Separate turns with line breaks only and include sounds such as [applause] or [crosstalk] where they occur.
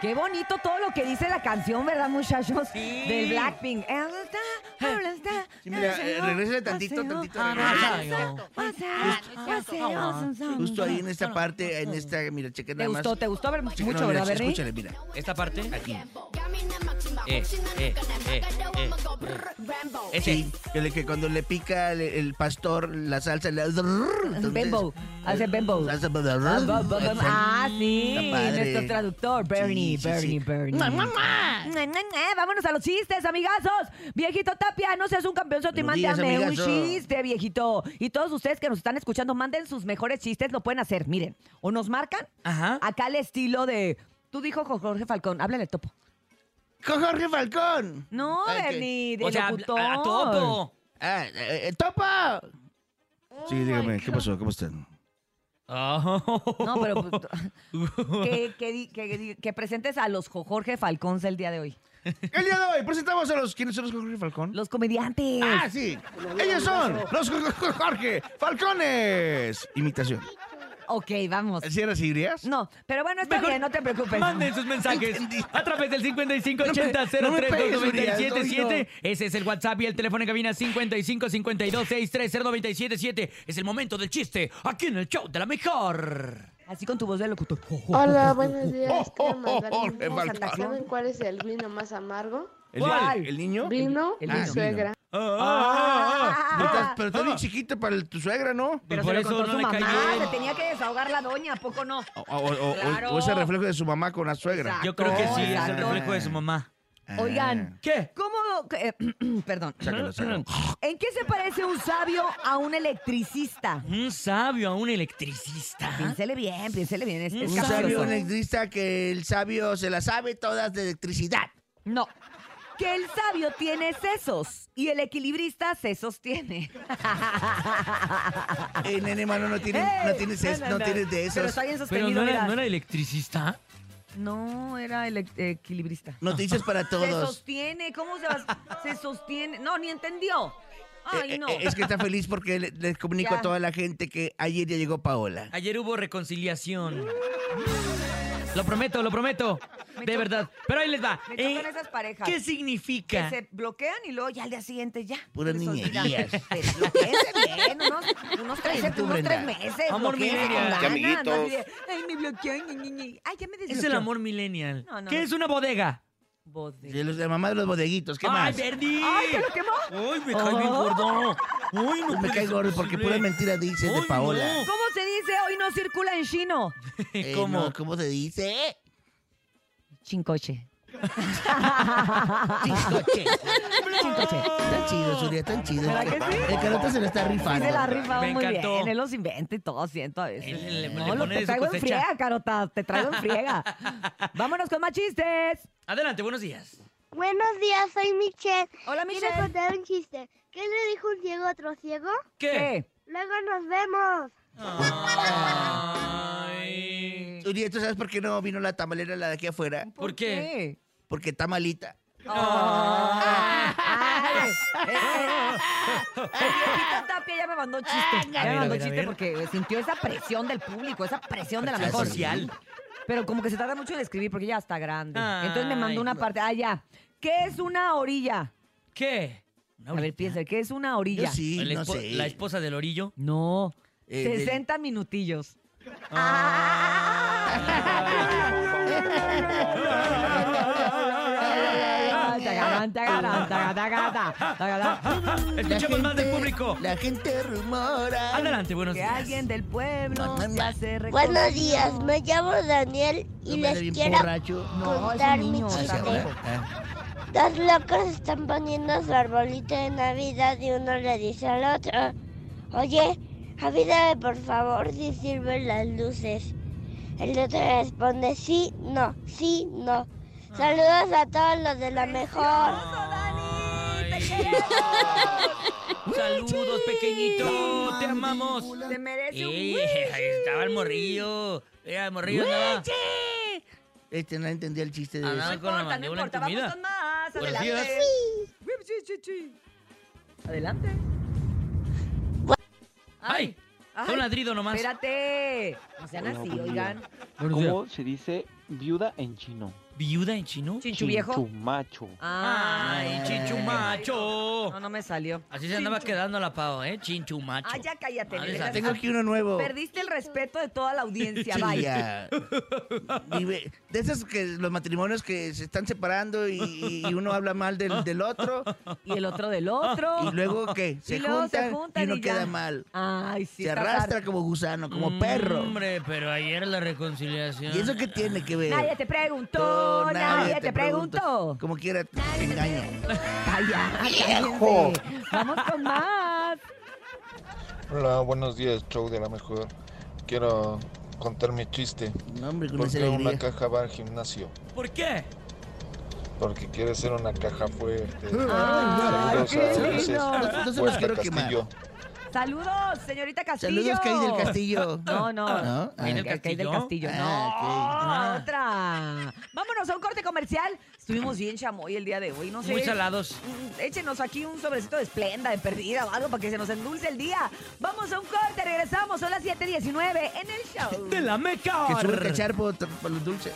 Qué bonito todo lo que dice la canción, ¿verdad, muchachos?
Sí.
Del Blackpink. Sí,
Sí, mira, eh, regrésale tantito, tantito,
Ah,
regrésale.
no, no.
Justo ahí en esta parte, en esta, mira, chequen
¿Te
nada más.
gustó? ¿Te gustó ver
Chequen,
mucho,
no, mira,
verdad, Bernie?
Escúchale, mira.
Esta parte.
Aquí.
Eh, eh, eh, eh. Ese.
Sí, que, le- que cuando le pica el, el pastor la salsa, le entonces-
Bembo. Hace bembo.
Hace bembo.
Ah, bu- bu- bu- Ah, sí.
Está padre.
Nuestro traductor, Bernie,
Sí, sí,
Bernie,
sí.
Bernie. Ña, ña, ña. Vámonos a los chistes, amigazos. Viejito Tapia, no seas un campeonzote y
No digas,
mándame un
amigazo.
chiste, viejito. Y todos ustedes que nos están escuchando, manden sus mejores chistes, lo pueden hacer. Miren, o nos marcan
Ajá.
acá el estilo de. Tú dijo con Jorge Falcón, háblale al topo.
Con Jorge Falcón.
No,
Ah, ok.
Bernie, de
O sea,
locutor.
a, a topo.
Ah, eh, eh, ¡Topo! Sí, dígame, ¿qué pasó? ¿Cómo están?
Oh.
No, pero pues, que, que di- que di- que presentes a los jo- Jorge Falcón el día de hoy.
El día de hoy presentamos a los. ¿Quiénes son los Jorge Falcón?
Los comediantes.
Ah, sí. Ellos son los Jorge Falcones. Imitación.
Ok, vamos.
¿Cierras y irías?
No, pero bueno, está
Mejor
bien, pues, no te preocupes.
Manden sus mensajes
Entendí.
a través del 5580
No me- no me pegues, Urias, no, no.
Ese es el WhatsApp y el teléfono en cabina 5552630977. Es el momento del chiste aquí en el show de la mejor.
Así con tu voz de locutor.
Hola, buenos días.
oh,
Quiero mandar
oh,
un
oh,
beso.
Rebalcón.
¿Saben cuál es el vino más amargo?
¿El,
¿Cuál?
¿El niño?
Vino
el
mi
vino.
suegra.
Ah,
Pero Pues, estás,
Ah,
pero estás bien chiquito para el- tu suegra, ¿no?
pero
Pues Por
se lo
eso
contó
no
su
le
mamá,
cayó.
se tenía que desahogar la doña, ¿a poco no?
O, o- o- o-
Claro.
o ese reflejo de su mamá con la suegra.
Exacto.
Yo creo que sí, es el
Exacto. Ah,
reflejo de su mamá.
Oigan,
¿Qué?
¿cómo? eh, [clears throat] perdón.
Sácalo, sácalo.
¿En qué se parece un sabio a un electricista?
Un sabio a un electricista.
Piénsele bien, piénsele bien. Es, es
Un
capcioso.
sabio electricista que el sabio se la sabe todas de electricidad.
No. Que el sabio tiene sesos y el equilibrista sesos tiene.
Eh, nene, mano, no tienes,
[laughs]
no tienes, es- no tienes de
Pero
esos.
está [laughs] bien
Pero
sostenido,
no era,
verás.
no era electricista.
No, era elec- equilibrista.
Noticias para
Se
todos.
sostiene, ¿cómo se va? Se sostiene. No, ni entendió.
Eh,
Ay,
eh,
no.
eh, es que está feliz porque le- les comunico
Ya.
a toda la gente que ayer ya llegó Paola.
Ayer hubo reconciliación.
Mm.
Lo prometo, lo prometo. De verdad. Pero ahí les va. Eh,
Me chocan esas parejas.
¿Qué
Que
significa?
se bloquean y luego ya al día siguiente ya.
Puras
[laughs] se les olvida.
niñerías.
Pero bloquéense bien, unos, unos, tres,
Ven tú,
unos tres
Brenda.
meses.
Amor
bloquéense con
millennial.
ganas, no
Que
así
amiguitos.
de, Ay, me bloqueó. ñi, ñi, ñi. Ay, ya me desbloqueó.
Es el amor millennial.
No, no,
¿Qué
no.
es una bodega?
Bodega.
De los- la mamá de los bodeguitos, ¿qué
¡Ay,
más?
perdí!
Ay, ¿te lo quemó?
¡Ay, me cae bien
Oh.
gordo! ¡Ay, no
Me
puede
cae
ser
gordo porque
posible.
pura mentira dices
Ay,
de
no.
Paola.
¿Cómo se dice hoy no circula en chino? [laughs]
Eh,
¿Cómo?
no, ¿Cómo se dice?
Chincoche.
Chincoche.
Chincoche.
Tan chido, Zulia, tan chido.
¿Verdad que sí?
El carota se lo está
Sí,
rifando.
se la ha rifado
Ah, Me
muy
encantó.
bien. Él los inventa y todo, siento a veces.
Él le- le
no, lo-
pone
te
su
traigo en
cosecha.
friega, carota. Te traigo en
[laughs]
friega. Vámonos con más chistes.
Adelante, buenos días.
Buenos días, soy Michelle.
Hola,
Quiero
Michelle.
contar un chiste. ¿Qué le dijo un ciego a otro ciego?
¿Qué?
Luego nos vemos.
Ay.
Zulia, ¿tú sabes por qué no vino la tamalera, la de aquí afuera?
¿Por qué?
Porque está malita.
Ah. Ay. Eh, eh. El viejito Tapia ya me mandó chiste. Ya
A ver,
me
a
mandó
ver, a
chiste
ver.
porque sintió esa presión del público, esa presión de la mejor.
Social.
Pero como que se tarda mucho en escribir porque ya está grande.
Ay,
Entonces me mandó una
no.
parte. Ah, ya. ¿Qué es una orilla?
¿Qué?
A ver, piensa, ¿qué es una
Yo
orilla?
sí,
La,
no
espo-
sé.
la esposa
[laughs]
del orillo.
No.
Eh,
60 minutillos.
La
[laughs] Escuchemos más del
gente-
público.
La gente rumora.
Adelante, buenos
Que
días.
alguien del pueblo ya se reconoció.
Buenos días, me llamo Daniel y
Hombre,
les
bien
quiero
borracho.
No, es un
contar mi
niño.
Ah,
está
sí,
chiste.
loco.
ah,
Dos locos están poniendo su arbolito de Navidad y uno le dice al otro, oye, avídame por favor si sirven las luces. El otro responde, sí, no, sí, no.
Ah.
Saludos a todos los de la mejor.
Ay. Saludos, pequeñito. Te amamos.
Te merece un
Ey, Eh, [laughs] ahí estaba el morrillo. Era el morrillo andaba,
Este no entendía el chiste de
andaba
eso.
con la
Ah, No
mandíbula
importa, vamos
entumida.
con más.
Buenos
Adelante.
días.
Sí, sí, sí. Adelante.
Ay, fue un ladrido nomás.
Espérate. No sean
Hola,
así,
buen día.
oigan.
[laughs]
¿Cómo se dice
Viuda en chino.
¿Viuda en chino?
¿Chinchu viejo?
Chinchumacho.
Ay,
No,
chinchumacho.
no me salió.
Así se andaba quedando la pavo, ¿eh? Chinchumacho.
Ah, ya cállate.
Madre
neta.
santa.
Tengo aquí uno nuevo.
Perdiste el respeto de toda la audiencia,
Sí,
vaya.
ya. Vive- de esos que los matrimonios que se están separando y, y uno habla mal del, del otro
Y el otro del otro.
y luego que se,
Y luego
juntan,
se juntan
y uno
y ya.
queda mal.
Ay, [laughs] sí.
se
está
arrastra
tarde. Mm,
como gusano, como perro.
Hombre, pero ayer la reconciliación.
¿Y eso qué tiene que ver?
Nadie te preguntó, nadie, te,
preguntó.
preguntó.
Como quiera, te engaña.
Calla,
Viejo.
cállense. Vamos con más.
Hola, buenos días, show de la mejor. Quiero contar mi chiste.
No, hombre, con
¿Por
esa
qué una
alegría.
caja va al gimnasio?
¿Por qué?
Porque quiere ser una caja
[laughs]
fuerte.
Ay,
Saludos
qué
a Ulises
lindo.
Entonces los
Huesca
quiero quemar.
Castillo.
Saludos, señorita Castillo.
Saludos, Cay del Castillo.
No, no.
¿No? Ah,
Ay,
¿Del
que- que es del
Castillo?
Castillo.
Ah,
No, otra. Vámonos a un corte comercial. Estuvimos bien chamoy el día de hoy. No sé.
Muy salados.
Mm, Échenos aquí un sobrecito de esplenda, de perdida o algo para que se nos endulce el día. Vamos a un corte, regresamos. Son las 7:19 en el show.
De la meca.
Que sube el cacharpo por los dulces.